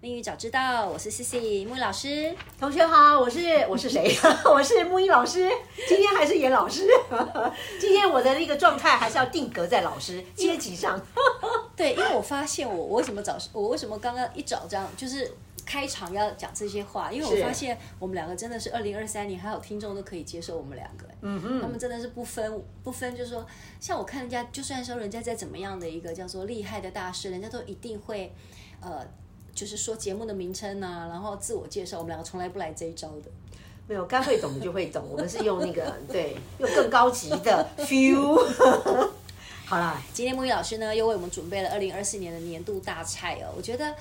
命运早知道，我是 Cici 木老师。同学好，我是我是谁？ 我是木英老师，今天还是演老师。 今天我的那个状态还是要定格在老师阶级上。对，因为我发现我为什么早，我为什么刚刚一早这样，就是开场要讲这些话，因为是我发现我们两个真的是二零二三年还有听众都可以接受我们两个，嗯哼，他们真的是不分不分，就是说，像我看人家，就算说人家再怎么样的一个叫做厉害的大师，人家都一定会，呃。就是说节目的名称呐、然后自我介绍，我们两个从来不来这一招的。没有，该会懂的就会懂。我们是用那 个对，用更高级的 feel。好 啦，今天木鱼老师呢，又为我们准备了二零二四年的年度大菜哦。我觉得，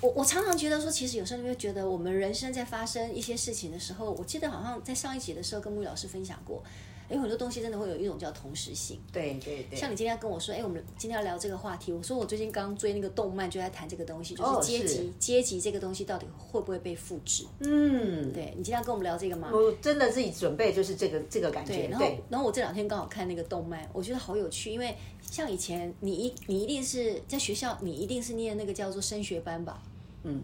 我我常常觉得说，其实有时候你会觉得，我们人生在发生一些事情的时候，我记得好像在上一集的时候跟木鱼老师分享过，有很多东西真的会有一种叫同时性。对对对，像你今天要跟我说，哎，我们今天要聊这个话题，我说我最近刚追那个动漫，就在谈这个东西，就哦是阶级、是阶级这个东西到底会不会被复制？嗯，对你今天要跟我们聊这个吗？我真的自己准备就是这个这个感觉对，，然后对，然后我这两天刚好看那个动漫，我觉得好有趣，因为像以前你一你一定是在学校，你一定是念那个叫做升学班 吧？嗯，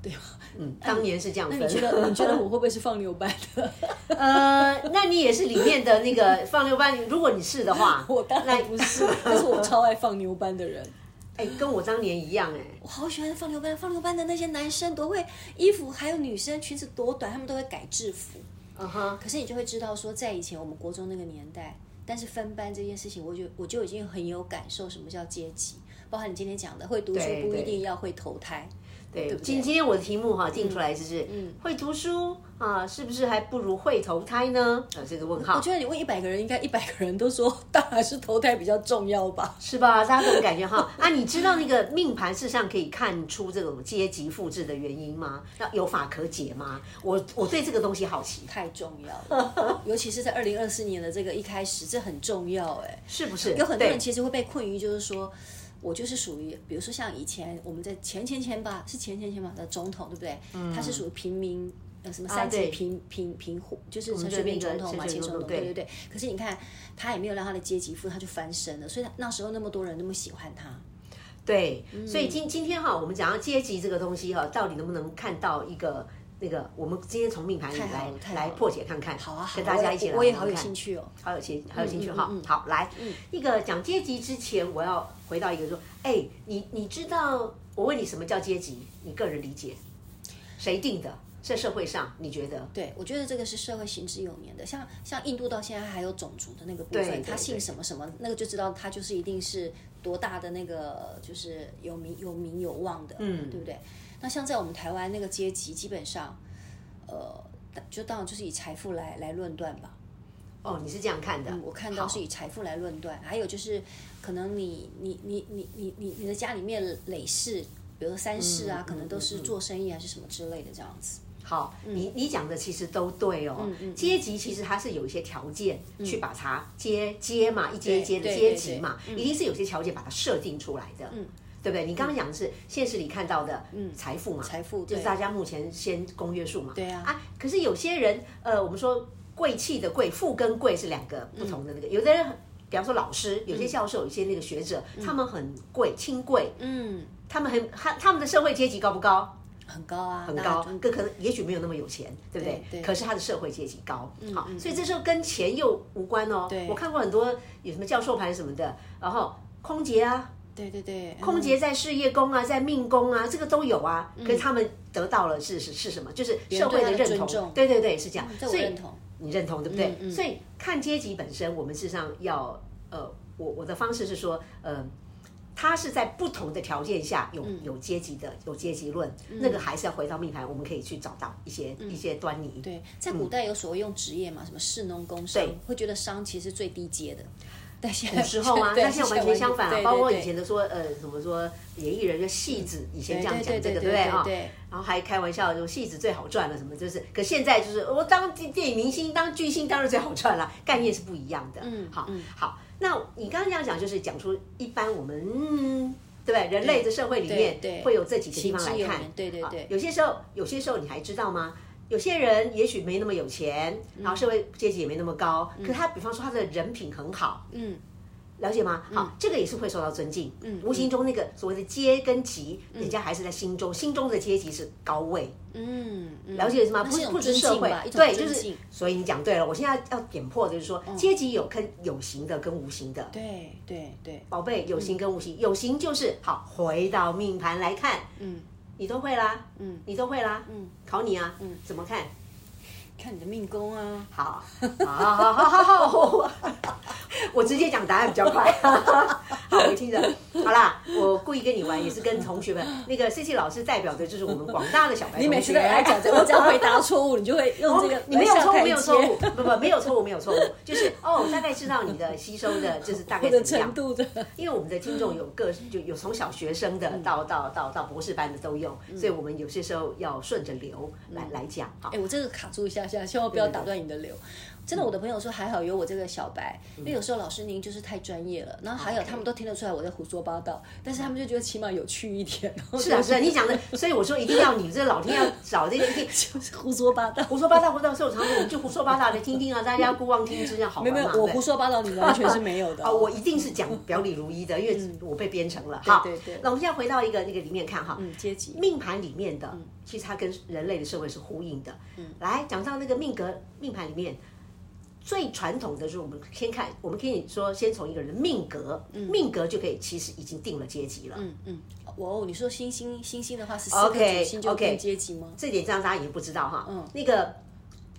对吧？嗯，当年是这样那分。你觉得你觉得我会不会是放牛班的？呃，那你也是里面的那个 放牛班，如果你是的话，我当然不是， 但是我超爱放牛班的人。哎、跟我当年一样哎、我好喜欢放牛班，放牛班的那些男生多会衣服，还有女生裙子多短，他们都会改制服。嗯哼，可是你就会知道说，在以前我们国中那个年代，但是分班这件事情，我就我就已经很有感受什么叫阶级，包含你今天讲的会读书对不对一定要会投胎，对，对不嗯今对？今天我的题目哈、定出来就是，会读书啊，是不是还不如会投胎呢？啊，这个问号我觉得你问一百个人，应该一百个人都说，当然是投胎比较重要吧。是吧？大家这种感觉哈 啊，你知道那个命盘事实上可以看出这种阶级复制的原因吗？那有法可解吗？我我对这个东西好奇，太重要 了，尤其是在二零二四年的这个一开始，这很重要哎、是不是？有很多人对其实会被困于，就是说我就是属于，比如说像以前我们在前前前吧，是前前前吧的总统，对不对？他是属于平民。呃，什么三级对贫贫贫户，就是陈们水的扁那总个统嘛，陈水前总扁统，总统对对对对。可是你看，他也没有让他的阶级富，他就翻身了。所以他那时候那么多人那么喜欢他，对，嗯所以今今天哈，我们讲到阶级这个东西哈，到底能不能看到一个那个？我们今天从命盘里太好来了太好来了破解看看，好啊，好跟啊大我家也一起来我也玩好玩有看兴趣哦。好有兴，好有兴趣哈嗯嗯。好，来，那个讲阶级之前，我要回到一个说，哎，你你知道我问你什么叫阶级？你个人理解，谁定的？在社会上，你觉得？对，我觉得这个是社会行之有年的，像像印度到现在还有种族的那个部对分，对他姓什么什么，那个就知道他就是一定是多大的那个就是有名有名有望的，嗯，对不对？那像在我们台湾那个阶级，基本上，呃，就当然就是以财富来来论断吧。哦，你是这样看的？嗯我看到好是以财富来论断，还有就是可能你你你你你你你的家里面累世，比如说三世啊，嗯可能都嗯是嗯做生意还是什么之类的这样子。好，嗯你你讲的其实都对哦。阶级其实它是有一些条件去把它阶阶嘛，一阶一阶嗯的对对阶对嗯级对嘛，一定是有些条件把它设定出来的，对不对？你刚刚讲的是现实里看到的财富嘛，嗯财富就是对大家目前先公约数嘛，对啊啊，可是有些人，呃，我们说贵气的贵，富跟贵是两个不同的那嗯个，有的人。比方说老师，有些教授，有些那个学者，他们很贵，轻贵，嗯，他们很他他们的社会阶级高不高？很高啊，很很高，可可能也许没有那么有钱，对不对？对对嗯可是他的社会阶级高，好，所以这时候跟钱又无关哦。我看过很多有什么教授盘什么的，然后空姐啊，对对对，嗯空空姐在事业宫啊，在命宫啊，这个都有啊。可是他们得到了是是是什么？就是社会的嗯别人对他的认尊重嗯同。对对对，是这样。这我所以认同。你认同对不对？嗯嗯所以看阶级本身，我们事实上要呃，我我的方式是说，呃，它是在不同的条件下有、嗯有阶级的，有阶级论，那个还是要回到命盘，我们可以去找到嗯一些、一些端 倪。嗯对，在古代有所谓用职业嘛，什么士农工商，会觉得商其实最低阶的，在现古时候啊，对那现在完全相反啊，对对包括对以前的说呃怎么说演艺人的戏子，以前对这样讲嗯对这个对不对对啊？对，然后还开玩笑说戏子最好赚了什么，就是可现在就是我当电电影明星当巨星当然最好赚了，概念是不一样的。嗯，好，好，那你刚刚这样讲就是讲出一般我们嗯。对不对？人类的社会里面对对会有这几个地方来行之有看年，对对啊对有些时候，有些时候你还知道吗？有些人也许没那么有钱，然后社会阶级也没那么高，可他比方说他的人品很好，嗯，了解吗？好，这个也是会受到尊敬。嗯嗯，无形中那个所谓的阶跟级，人家还是在心中，心中的阶级是高位，嗯，嗯了解是吗？那一不是种不是尊社敬会吧，一，种对，就尊是敬。嗯所以你讲对了，我现在要点破，就是说阶级有跟有形的跟无形的。对对对，宝贝，有嗯形跟无形，有形就是好。回到命盘来看，嗯，你都会啦，嗯，你都会啦，嗯，考你啊，嗯，怎么看？看你的命宫啊，好，好，好，好，好，好，我直接讲答案比较快。 好，我听着。好啦，我故意跟你玩，也是跟同学们。那个 C C 老师代表的就是我们广大的小白同学。哦你每次都来讲这个，我只要回答错误，你就会用这个 你没有错误，没有错来误，不不，没有错误，没有错误，就是哦，我大概知道你的吸收的，就是大下台阶概或怎者么程。样度的，因为我们的听众嗯有各就有从小学生的到到到到博士班的都有，嗯所以我们有些时候要顺着流来来讲哈哎、。我这个卡住一下下，千万不要打断你的流。真的，嗯我的朋友说还好有我这个小白，因为有时候老师您就是太专业了，然后还有 OK 他们都听得出来我在胡说八道，但是他们就觉得起码有趣一点。是啊，是啊，你讲的，所以我说一定要你这老天要找这个一定 就是 胡说八道。胡说八道，胡说八道，所以我常说我们就胡说八道来听听 啊，大家姑妄听之，这样好没玩有嘛没有，对我胡说八道，你完全是没有 的、啊、我一定是讲表里如一的，因为我被编程了哈。嗯对对对那我们现在回到一个那个里面看哈，嗯阶级命盘里面的，其实它跟人类的社会是呼应的。来讲到那个命格命盘里面。最传统的就是我们先看，我们可以说先从一个人的命格，命格就可以其实已经定了阶级了。嗯嗯，哦，你说星星星星的话是四个 OK，主星就 OK 定阶级吗？嗯这点这样大家已经不知道哈。那个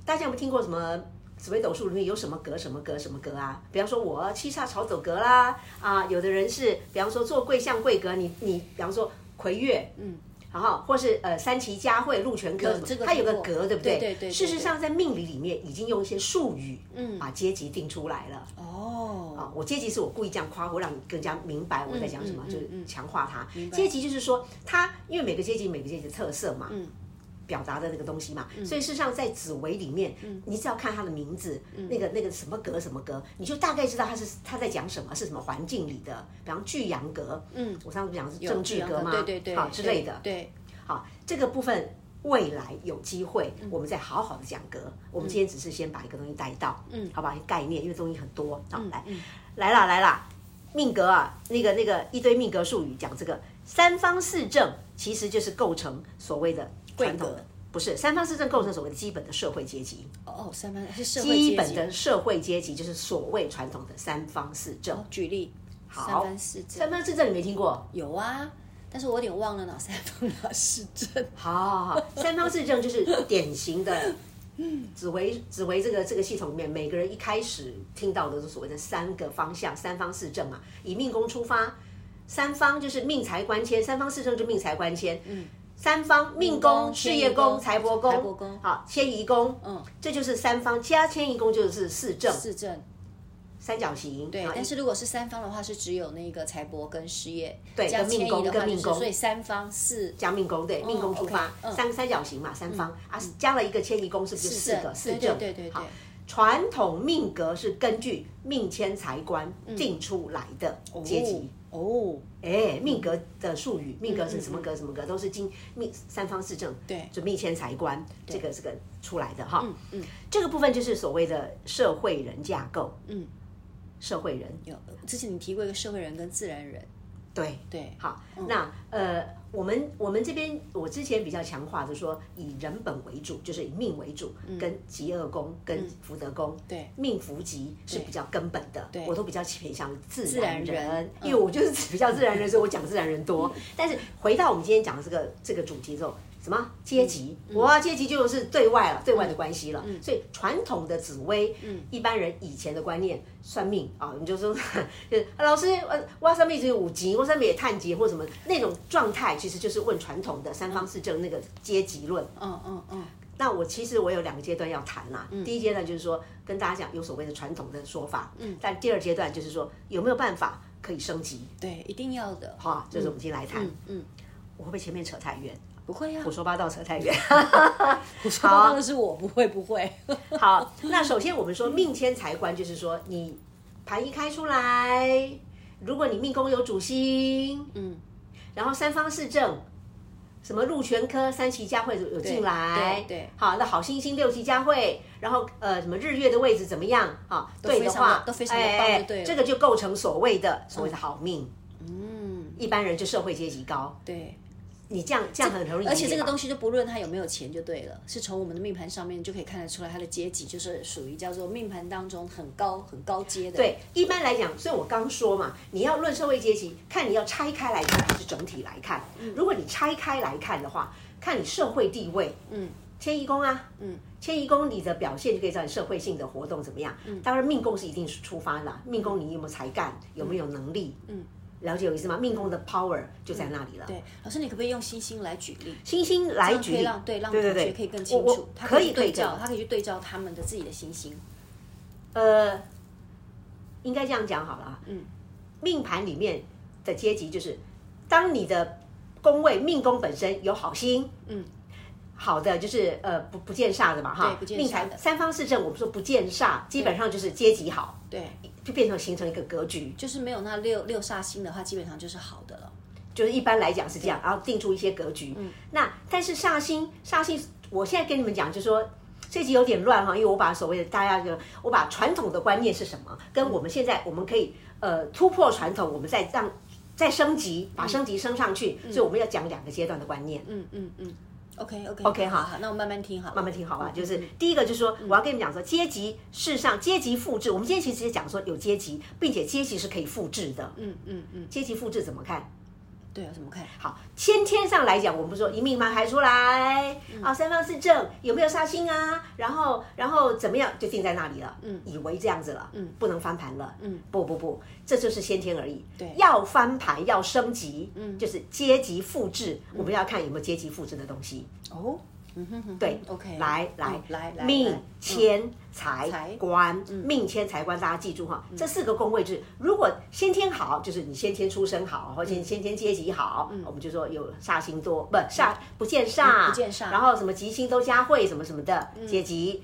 大家有没有听过什么紫微斗数里面有什么格什么格什么格啊？比方说我七煞朝走格啦，啊，有的人是比方说做贵相贵格，你你比方说魁月，嗯。然后，或是呃，三奇佳慧、禄全科有什么，呃这个它有个听过格，对不对对？对对对事实上，在命理里面已经用一些术语，嗯，把阶级定出来了。哦，我阶级是我故意这样夸，我让你更加明白我在讲什么，嗯嗯就是嗯强化它。阶级就是说，它因为每个阶级有每个阶级的特色嘛，嗯表达的那个东西嘛，所以事实上在紫微里面，嗯你只要看它的名字，那个那个什么格什么格，你就大概知道它是它在讲什么，是什么环境里的，比方巨阳格，嗯，我上次不讲是政治格嘛，对对对，好之类的，对，这个部分未来有机会，嗯我们再好好的讲格。我们今天只是先把一个东西带到，嗯，好吧，概念，因为东西很多，好，嗯来，来啦，来啦，命格啊，那个那个一堆命格术语讲这个三方四正，其实就是构成所谓的传统贵的格，不是三方四正构成所谓的基本的社会阶级，哦，三班是社会阶级基本的社会阶级就是所谓传统的三方四正哦。举例，三班四正三方四正你没听过？有啊，但是我有点忘了哪三班哪四正。好好哦好，三方四正就是典型的紫薇紫薇这个这个系统里面，每个人一开始听到的是所谓的三个方向，三方四正嘛，以命宫出发，三方就是命财官迁，三方四正就命财官迁，三方命宫、宫事迁移业宫、宫财帛财宫帛宫，好迁移宫，嗯，这就是三方加迁移宫就是四正四正三角形，啊对好，但是如果是三方的话，是只有那个财帛跟事业，对加跟命迁移宫的跟话，就是命宫所以三方四加命宫对，命宫出发 OK，，嗯三三角形嘛，三方啊，加了一个迁移宫，是不是就四个四正？对对对对好，传统命格是根据命迁财官定出来的阶级。哦，哎，命格的术语，命格是什么格？什么格都是经命三方四正，对就命迁财官这个这个出来的哈。嗯嗯，这个部分就是所谓的社会人架构。嗯，社会人有之前你提过一个社会人跟自然人，对对，好，那呃，我们我们这边我之前比较强化的说，以人本为主，就是以命为主，跟极恶宫跟福德宫，嗯对，命福吉是比较根本的，我都比较偏向自自然然人，人嗯因为我就是比较自然人，所以我讲自然人多。但是回到我们今天讲的这个这个主题之后。什么阶级？嗯哇，阶级就是对外了，对外的关系了。所以传统的紫薇，嗯一般人以前的观念，算命啊， 你就说就是啊老师，呃，挖三妹只有五级，挖三妹也探级或什么那种状态，其实就是问传统的三方四正那个阶级论。嗯嗯嗯，嗯那我其实我有两个阶段要谈啦、第一阶段就是说跟大家讲有所谓的传统的说法，嗯，但第二阶段就是说有没有办法可以升级，对，一定要的。哈、这是我们今天来谈。嗯，我会不会前面扯太远？不会呀、啊胡，说八道扯太远。我说当然是我不会不会。 好，那首先我们说命天财官，就是说你盘一开出来，如果你命宫有主星，嗯，然后三方四正，什么禄全科、三奇家会有进来，对对好，那好星星六级家会，然后呃什么日月的位置怎么样啊？对非的常的话，哎都非常的棒就对了这个就构成所谓的所谓的好命，嗯，一般人就社会阶级高，对。你这样这样很容易理解吧，而且这个东西西就不论他有没有钱就对了，是从我们的命盘上面就可以看得出来，他的阶级就是属于叫做命盘当中很高很高阶的。对，一般来讲，所以我刚说嘛，你要论社会阶级，看你要拆开来看还是整体来看。嗯如果你拆开来看的话，看你社会地位，嗯，迁移宫啊，嗯，迁移宫你的表现就可以知道你社会性的活动怎么样。嗯当然命宫是一定是出发的啦，命宫你有没有才干，有没有能力，嗯，了解我意思吗？命宫的 power 就在那里了。对，老师你可不可以用星星来举例？星星来可举以例让，对让对同对学对，可以更我清我楚，他可以以可以对这样照，他可以去对照他们的自己的星星。呃，应该这样讲好了啊。嗯，命盘里面的阶级就是，当你的宫位命宫本身有好心，嗯，好的就是呃不不见煞的嘛哈，对不见煞的命盘三方四正，我们说不见煞，基本上就是阶级好，对，就变成形成一个格局，就是没有那六六煞星的话，基本上就是好的了。就是一般来讲是这样，然后定出一些格局。嗯那但是煞星，煞星，我现在跟你们讲，就是说这集有点乱哈，因为我把所谓的大家就我把传统的观念是什么，跟我们现在我们可以呃突破传统，我们再让再升级，把升级升上去，所以我们要讲两个阶段的观念。嗯嗯嗯，OK OK OK，好好，那我慢慢听好了，慢慢听好嗯吧，就是第一个，就是说我要跟你们讲说，阶级事实上阶级复制，我们今天其实也讲说有阶级，并且阶级是可以复制的。嗯嗯嗯，阶级复制怎么看？对啊，怎么看？好，先天上来讲，我们不是说一命盘排出来、啊，三方四正有没有杀星啊？然后然后怎么样就定在那里了，嗯，以为这样子了，嗯，不能翻盘了，嗯，不不不，这就是先天而已，对要翻盘要升级，嗯，就是阶级复制，我们要看有没有阶级复制的东西，哦，嗯哼哼，对，OK，来嗯来来来，命来迁财财官，嗯命迁财官，大家记住哈，这四个宫位制。如果先天好，就是你先天出身嗯好，或先先天阶级好，我们就说有煞星多，不煞不见煞，嗯不见煞嗯然后什么吉星都加会什么什么的阶级，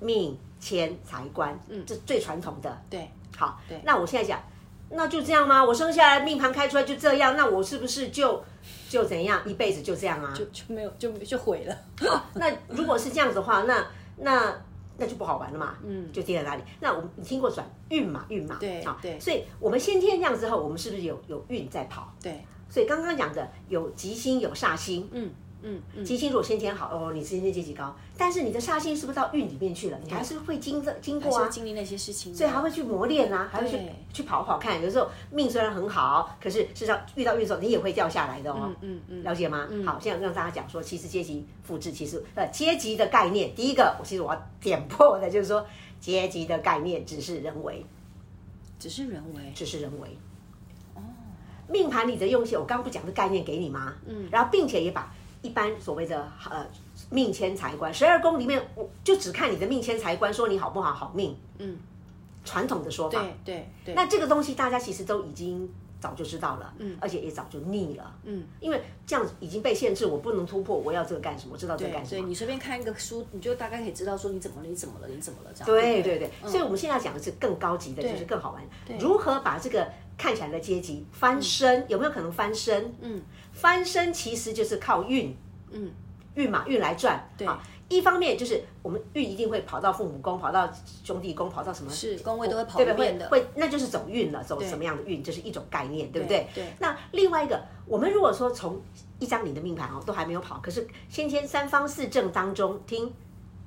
命迁财官，这最传统的。对，好对，那我现在讲，那就这样吗？我生下来命盘开出来就这样，那我是不是就就怎样一辈子就这样啊？就就没有就就毁了。 那如果是这样子的话，那那那就不好玩了嘛，嗯，就跌在哪里？那我们你听过转运嘛，运嘛，对啊对所以我们先天这样之后，我们是不是有有运在跑？对，所以刚刚讲的有吉星有煞星，嗯嗯嗯，吉星如果先天好哦，你先天阶级高，但是你的煞星是不是到运里面去了？你还是会经经还过是啊会，经历那些事情的，所以还会去磨练啊，还会去对去跑跑看。有时候命虽然很好，可是事实上遇到运的时候，你也会掉下来的哦。嗯嗯了解吗？好，现在让大家讲说，其实阶级复制，其实呃阶级的概念，第一个，我其实我要点破的就是说，阶级的概念只是人为，只是人为，只是人为。哦命盘里的用一些我刚刚不讲的概念给你吗？嗯，然后并且也把一般所谓的呃命迁财官十二宫里面，我就只看你的命迁财官，说你好不好好命。嗯，传统的说法。对对对，那这个东西大家其实都已经早就知道了，嗯，而且也早就腻了，嗯，因为这样子已经被限制，我不能突破，我要这个干什么？我知道这个干对什对，么？你随便看一个书，你就大概可以知道说你怎么了，你怎么了，你怎么了这样。不对对对，所以我们现在讲的是更高级的，嗯对嗯就是更好玩，如何把这个看起来的阶级翻身，有没有可能翻身？嗯，翻身其实就是靠运，嗯，运嘛，运来赚，对啊。一方面就是我们运一定会跑到父母宫，跑到兄弟宫，跑到什么是宫位都会跑对一不对？遍会的。会，那就是走运了，走什么样的运，这是一种概念，对不对？对对那另外一个，我们如果说从一张你的命盘哦，都还没有跑，可是先天三方四正当中，听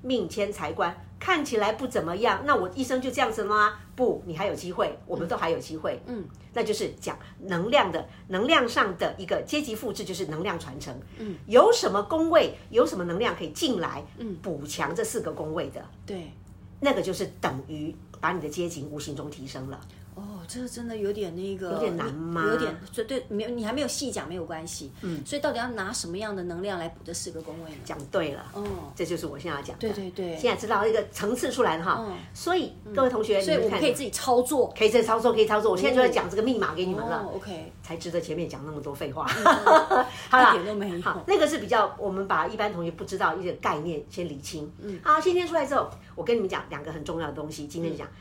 命迁财官看起来不怎么样，那我一生就这样子了吗？不，你还有机嗯会，我们都还有机会。嗯，那就是讲能量的能量上的一个阶级复制，就是能量传承。嗯，有什么宫位，有什么能量可以进来，嗯，补强这四个宫位的，对，那个就是等于把你的阶级无形中提升了。哦，这个真的有点那个，有点难吗有点，所以对，没有，你还没有细讲，没有关系。嗯，所以到底要拿什么样的能量来补这四个宫位呢？讲对了，哦，这就是我现在要讲的。对对对，现在知道一个层次出来了哈。嗯所以各位同学，所以你我们们看可以自己操作。可以再操作，可以操作。我现在就在讲这个密码给你们了，哦，OK， 嗯才值得前面讲那么多废话。好一啦，点都没有。好， 那个是比较我们把一般同学不知道一些概念先理清。嗯，好，先天出来之后，我跟你们讲两个很重要的东西，今天就讲，嗯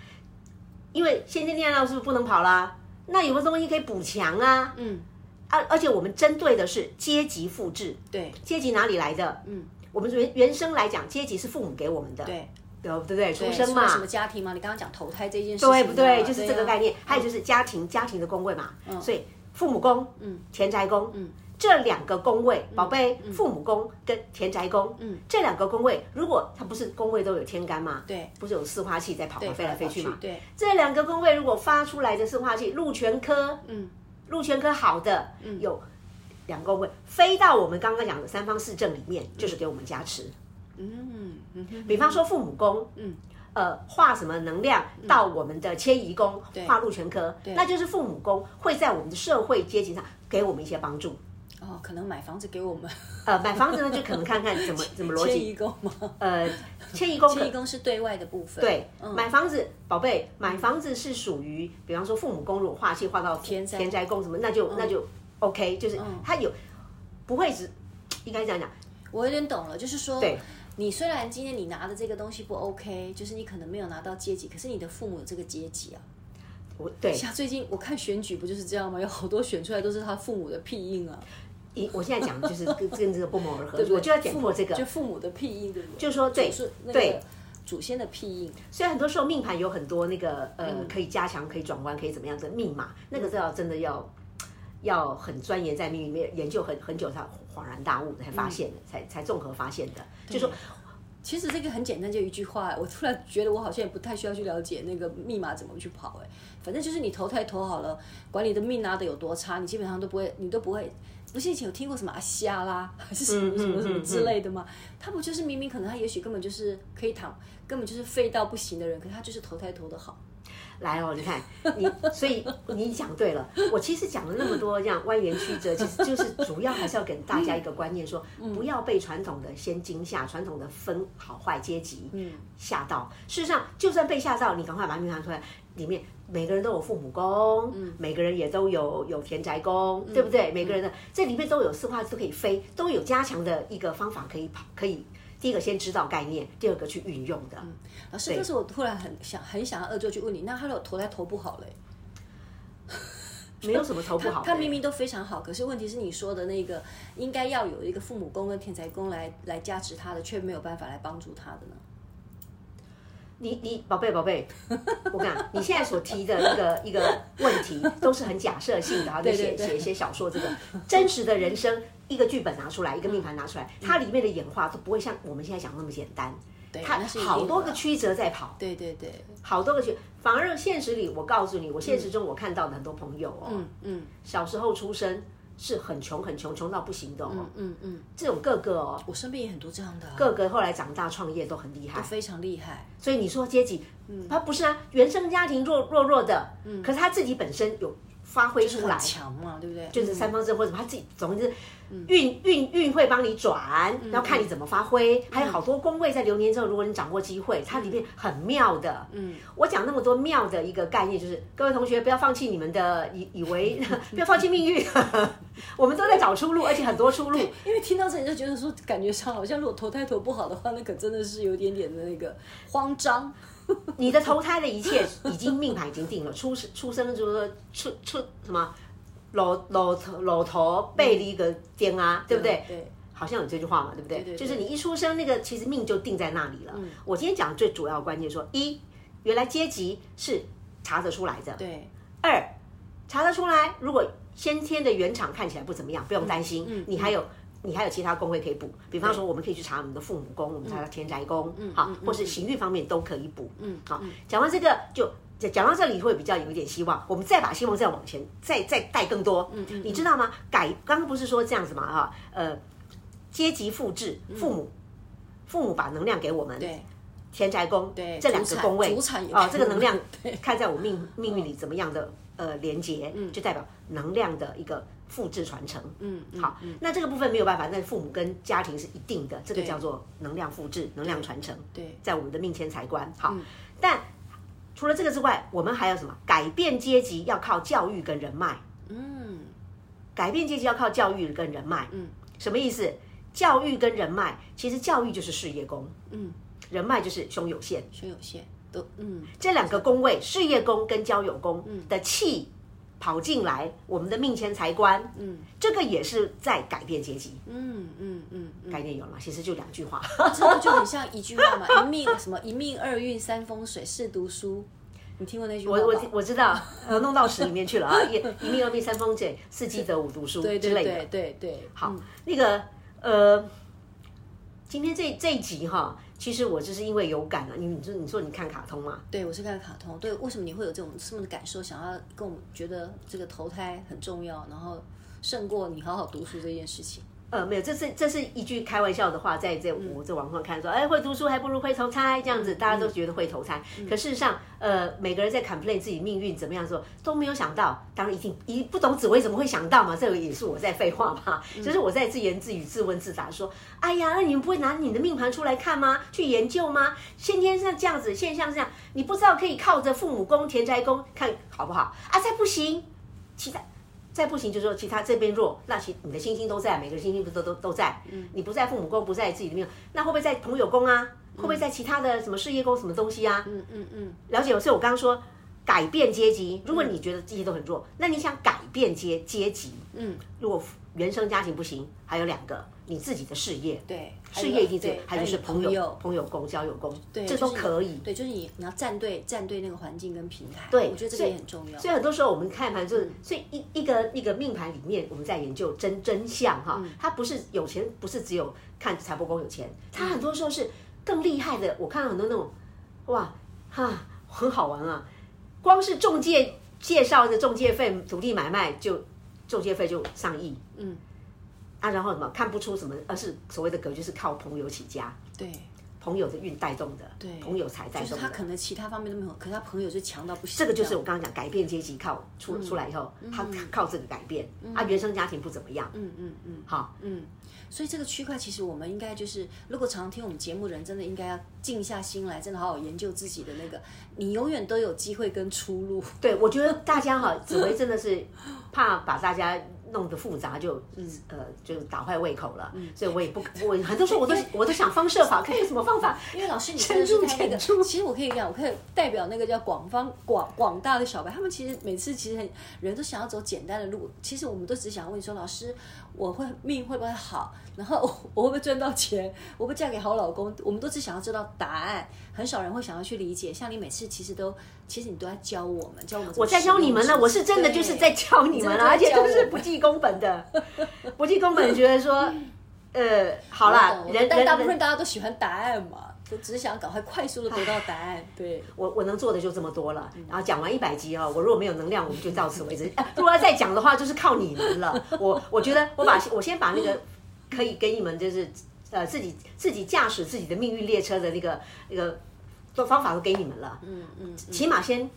因为先天恋爱脑是不是不能跑啦？那有没有东西可以补强啊？嗯，而、而且我们针对的是阶级复制，对阶级哪里来的？嗯，我们原原生来讲，阶级是父母给我们的，对，对不对？出对生除了嘛，什么家庭嘛？你刚刚讲投胎这件事情嘛，哎对不对？嗯就是这个啊概念。还有就是家庭，家庭的宫位嘛，所以父母宫、嗯，田宅宫，嗯，这两个宫位，宝贝，父母宫跟田宅宫，嗯，这两个宫位，如果它不是宫位都有天干嘛，对，不是有四化气在跑对嘛，飞来飞去嘛，对，这两个宫位如果发出来的四化气，禄全科，嗯，禄全科好的，有两个宫位飞到我们刚刚讲的三方四正里面，就是给我们加持，嗯嗯哼，比方说父母宫，嗯，呃，化什么能量到我们的迁移宫，化禄全科，那就是父母宫会在我们的社会阶级上给我们一些帮助。哦，可能买房子给我们呃，买房子呢，就可能看看怎么怎么逻迁辑。移宫吗？呃，迁移宫可迁移宫是对外的部分，对，买房子，宝贝，买房子是属于，比方说父母宫如果化气化到田宅田宅宫什么，那就那就 OK，就是它有不会只应该这样讲，我有点懂了，就是说，对你虽然今天你拿的这个东西不 OK，就是你可能没有拿到阶级，可是你的父母有这个阶级啊。我对像最近我看选举不就是这样吗？有好多选出来都是他父母的屁印啊，一我现在讲就是跟跟这个不谋而合对，不对我就要点破这个，就父母的屁印，对不对？就是说对祖是那对个祖先的屁印，虽然很多时候命盘有很多那个呃、可以加强、可以转弯、可以怎么样的密码，那个是要真的要要很钻研在命里面研究很很久才恍然大悟才发现的，才才综合发现的。就说其实这个很简单，就一句话。我突然觉得我好像也不太需要去了解那个密码怎么去跑。哎，反正就是你投胎投好了，管你的命拿的有多差，你基本上都不会，你都不会。不是以前有听过什么阿虾啦， 还是什么什么什么之类的吗？他不就是明明可能他也许根本就是可以躺，根本就是废到不行的人，可他就是投胎投的好。来哦，你看你，所以你讲对了。我其实讲了那么多这样蜿蜒曲折，其实就是主要还是要给大家一个观念说，嗯不要被传统的先惊吓，传统的分好坏阶级嗯吓到。事实上，就算被吓到，你赶快把命盘出来，里面每个人都有父母宫，嗯每个人也都有有田宅宫，对不对？每个人的这里面都有四化都可以飞，都有加强的一个方法可以跑，可以。第一个先知道概念，第二个去运用嗯的。老师，但是我突然很想很想要恶作剧问你，那他如果投胎投不好嘞？没有什么投不好的他明明都非常好，可是问题是你说的那个应该要有一个父母宫跟天才宫来来加持他的，却没有办法来帮助他的呢？你你宝贝宝贝，我跟你讲，你现在所提的那个一个问题都是很假设性的，啊然后就对对写对写写小说，这个真实的人生一个剧本拿出来，一个命盘拿出来，它里面的演化都不会像我们现在讲那么简单，嗯对，它哎那是一定好多的个曲折在跑，对对对，好多个曲，反而现实里我告诉你，我现实中我看到的很多朋友哦，嗯嗯小时候出生是很穷很穷，穷到不行的哦，嗯嗯，这种个个哦，我身边也很多这样的、啊，个个后来长大创业都很厉害都。非常厉害。所以你说阶级，嗯他不是啊，原生家庭弱弱弱的，可是他自己本身有发挥就是出来很，强嘛，嗯对不对？就是三方正或者什么，他自己总之运运运会帮你转，嗯然后看你怎么发挥。还有好多工位在流年之后，如果你掌握机嗯会，它里面很妙的。嗯，我讲那么多妙的一个概念，就是各位同学不要放弃你们的以以 为，不要放弃命运， 我们都在找出路，而且很多出路。嗯因为听到这里就觉得说，感觉上好像如果投胎投不好的话，那可真的是有点点的那个慌张。你的投胎的一切已经命盘已经定了，出生出生就是说出出什么老老头老头背了一个颠啊，对不对？嗯对， 好像有这句话嘛，对不对？对嗯对对就是你一出生那个其实命就定在那里了。我今天讲最主要的关键说，一原来阶级是查得出来的，对，二查得出来，如果先天的原厂看起来不怎么样，不用担心，嗯你还有。你还有其他工会可以补，比方说我们可以去查我们的父母宫，我们查查田宅宫，嗯好，或是行运方面都可以补，嗯，好。讲完这个就讲讲到这里会比较有一点希望，我们再把希望再往前，再再带更多，嗯嗯，你知道吗？改刚刚不是说这样子嘛，哈，呃，阶级复制，父母父母把能量给我们，嗯对，田宅宫，对这两个宫位主产主产也哦看，这个能量 对嗯看在我命命运里怎么样的呃连接，就代表能量的一个复制传承。嗯，好，那这个部分没有办法，但是父母跟家庭是一定的，这个对叫做能量复制、能量传承。对，在我们的命迁财官。好，但除了这个之外，我们还有什么？改变阶级要靠教育跟人脉，嗯，改变阶级要靠教育跟人脉。嗯，什么意思？教育跟人脉，其实教育就是事业宫，嗯，人脉就是胸有限。胸有限都嗯这两个宫位，事业宫跟交友宫的气跑进来，我们的命迁财官，嗯，这个也是在改变阶级。嗯嗯嗯嗯，概念有了吗？其实就两句话。 真的就很像一句话嘛，一命什么一命二运三风水是读书，你听过那句话我吧我？我知道，呃，弄到屎里面去了啊！一一命二命三风水，四季得五读书对之对类对的。对对，嗯好好，那个呃，今天这这一集哈，其实我就是因为有感啊，你你说你说你看卡通嘛，对我是看卡通，对，为什么你会有这种这么的感受，想要跟我们觉得这个投胎很重要，然后胜过你好好读书这件事情？呃，没有，这是这是一句开玩笑的话，在在我这网上看说，哎，会读书还不如会投胎这样子，大家都觉得会投胎。可事实上，呃，每个人在 complain 自己命运怎么样的时候，都没有想到，当然一定一不懂紫薇怎么会想到嘛？这个也是我在废话嘛，就是我在自言自语、自问自答说，哎呀，那你们不会拿你的命盘出来看吗？去研究吗？先天上这样子，现象是这样，你不知道可以靠着父母宫、田宅宫看好不好啊？再不行，其他再不行就说其他这边弱，那其你的星星都在，每个星星不都都都在，嗯你不在父母宫，不在自己的命，那会不会在朋友宫啊？会不会在其他的什么事业宫什么东西啊？嗯嗯嗯，了解吗？所以我刚刚说改变阶级，如果你觉得自己都很弱，那你想改变阶阶级，嗯，如果原生家庭不行，还有两个你自己的事业，对，事业一定是，还有有就是朋友友，朋友宫、交友宫，对这就都是你可以。对，就是你你要站队，站队那个环境跟平台，对我觉得这所个以也很重要所。以很多时候我们看盘就是，所以一一个一个命盘里面，我们在研究真真相哈，嗯它不是有钱，不是只有看财帛宫有钱，它很多时候是更厉害的。我看到很多那种，哇哈，很好玩啊！光是中介介绍的中介费、土地买卖就中介费就上亿，嗯，啊，然后什么看不出什么，而是所谓的格局是靠朋友起家，对，朋友的运带动的，对朋友财带就是动他的。可能其他方面都没有，可是他朋友就强到不行。这个就是我刚刚讲改变阶级靠出嗯出来以后，他靠这个改变，啊，原生家庭不怎么样，嗯嗯嗯，好，嗯，所以这个区块其实我们应该就是，如果常听我们节目的人，真的应该要静下心来，真的好好研究自己的那个，你永远都有机会跟出路。对我觉得大家哈，紫薇真的是 怕把大家弄得复杂，就嗯呃就打坏胃口了，所以我也 不，我很多时候我都我都想方设法，看有什么方法，因为老师，你真的是深入太那个，浅出其实我可以讲，我可以代表那个叫广方广广大的小白，他们其实每次其实很人都想要走简单的路，其实我们都只想问说，老师，我会命会不会好，然后我我会不会赚到钱，我会不会嫁给好老公，我们都只想要知道答案，很少人会想要去理解。像你每次其实都，其实你都在教我们，教我们怎么我在教你们呢，实我是真的就是在教你们了，而对且都你真的在教我是不记宫本的，不记宫本觉得说，呃，好啦，我懂人但人大部分人大家都喜欢答案嘛，都只是想赶快快速的得到答案。对，我我能做的就这么多了。然后讲完一百集哦，我如果没有能量，我们就到此为止。 啊如果要再讲的话，就是靠你们了。我我觉得我把我先把那个可以给你们就是呃自己自己驾驶自己的命运列车的那个那个做方法都给你们了。嗯嗯，起码先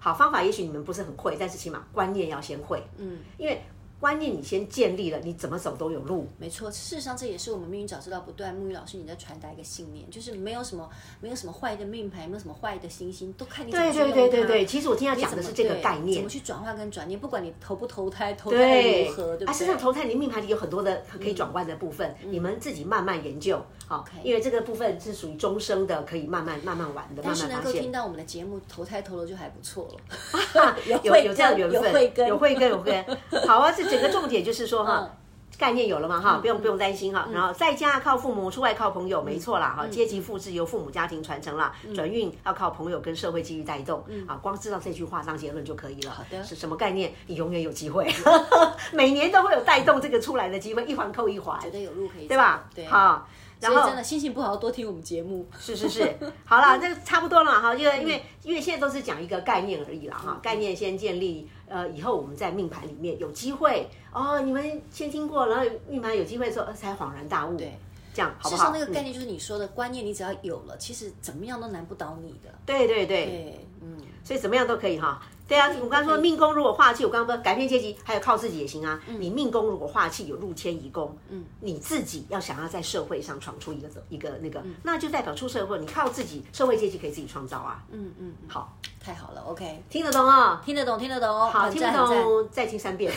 好方法，也许你们不是很会，但是起码观念要先会。嗯，因为观念你先建立了，你怎么走都有路。没错。事实上，这也是我们命运早知道不断木鱼老师你在传达一个信念，就是没有什么没有什么坏的命盘，没有什么坏的星星，都看你怎么对去用对它。对对对，其实我今天要你讲怎的么是这个对概念怎么。去转化跟转念，不管你投不投胎，投胎对，如何，对啊，不身对上？投胎你命盘里有很多的可以转换的部分，你们自己慢慢研究，好 OK 因为这个部分是属于终生的，可以慢慢慢慢玩的，慢但是慢能发够现啊听。到我们的节目，投胎投了就还不错了。 有慧有这样根的缘有分，慧根有慧根，有慧根。好啊，这整个重点就是说哈 嗯，概念有了嘛哈，不用不用担心哈。然后在家靠父母，出外靠嗯朋友，没错啦哈。阶级复制由父母家庭传承啦，转运要靠朋友跟社会机遇带动啊。光知道这句话当结论就可以了。好嗯的是什么概念？你永远有机会， 每年都会有带动这个出来的机会，一环扣一环觉。得有路可以走，对吧？对。好，然所以后真的心情不好，多听我们节目。是是是， 好了，这个差不多了哈，因为因嗯为因为现在都是讲一个概念而已啦哈，概念先建立，呃，以后我们在命盘里面有机会哦，你们先听过，然后命盘有机会的时候呃才恍然大悟，对，这样好事不实好？上，那个嗯概念就是你说的观念，你只要有了，其实怎么样都难不倒你的。对对对，对，嗯，所以怎么样都可以哈。对啊，我刚刚说命宫如果化气，我刚刚说改变阶级，还有靠自己也行啊。嗯你命宫如果化气有入天移宫，嗯，你自己要想要在社会上闯出一个一个那个，嗯那就代表出社会，你靠自己，社会阶级可以自己创造啊。嗯嗯，好，太好了，OK，听得懂啊、听得懂，听得懂，好，很听不赞很赞懂再听 三遍。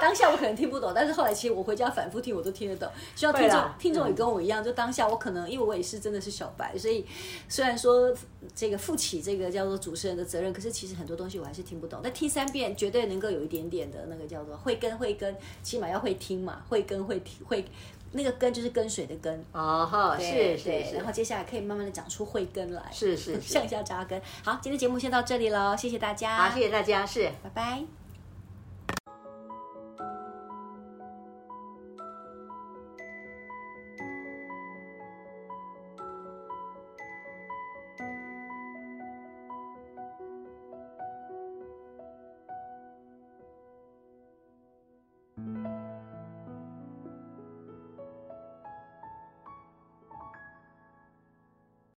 当下我可能听不懂，但是后来其实我回家反复听，我都听得懂。希望听会众啦听众也跟我一样，就当下我可能因为我也是真的是小白，所以虽然说这个负起这个叫做主持人的责任，可是其实很多东西我还是听不懂。但听三遍绝对能够有一点点的那个叫做会跟会跟，起码要会听嘛，会跟会听会那个跟就是跟随的跟。哦哈，是对是对是，然后接下来可以慢慢的长出慧根来，是 是是向下扎根。好，今天节目先到这里喽，谢谢大家，好，谢谢大家，是。拜拜。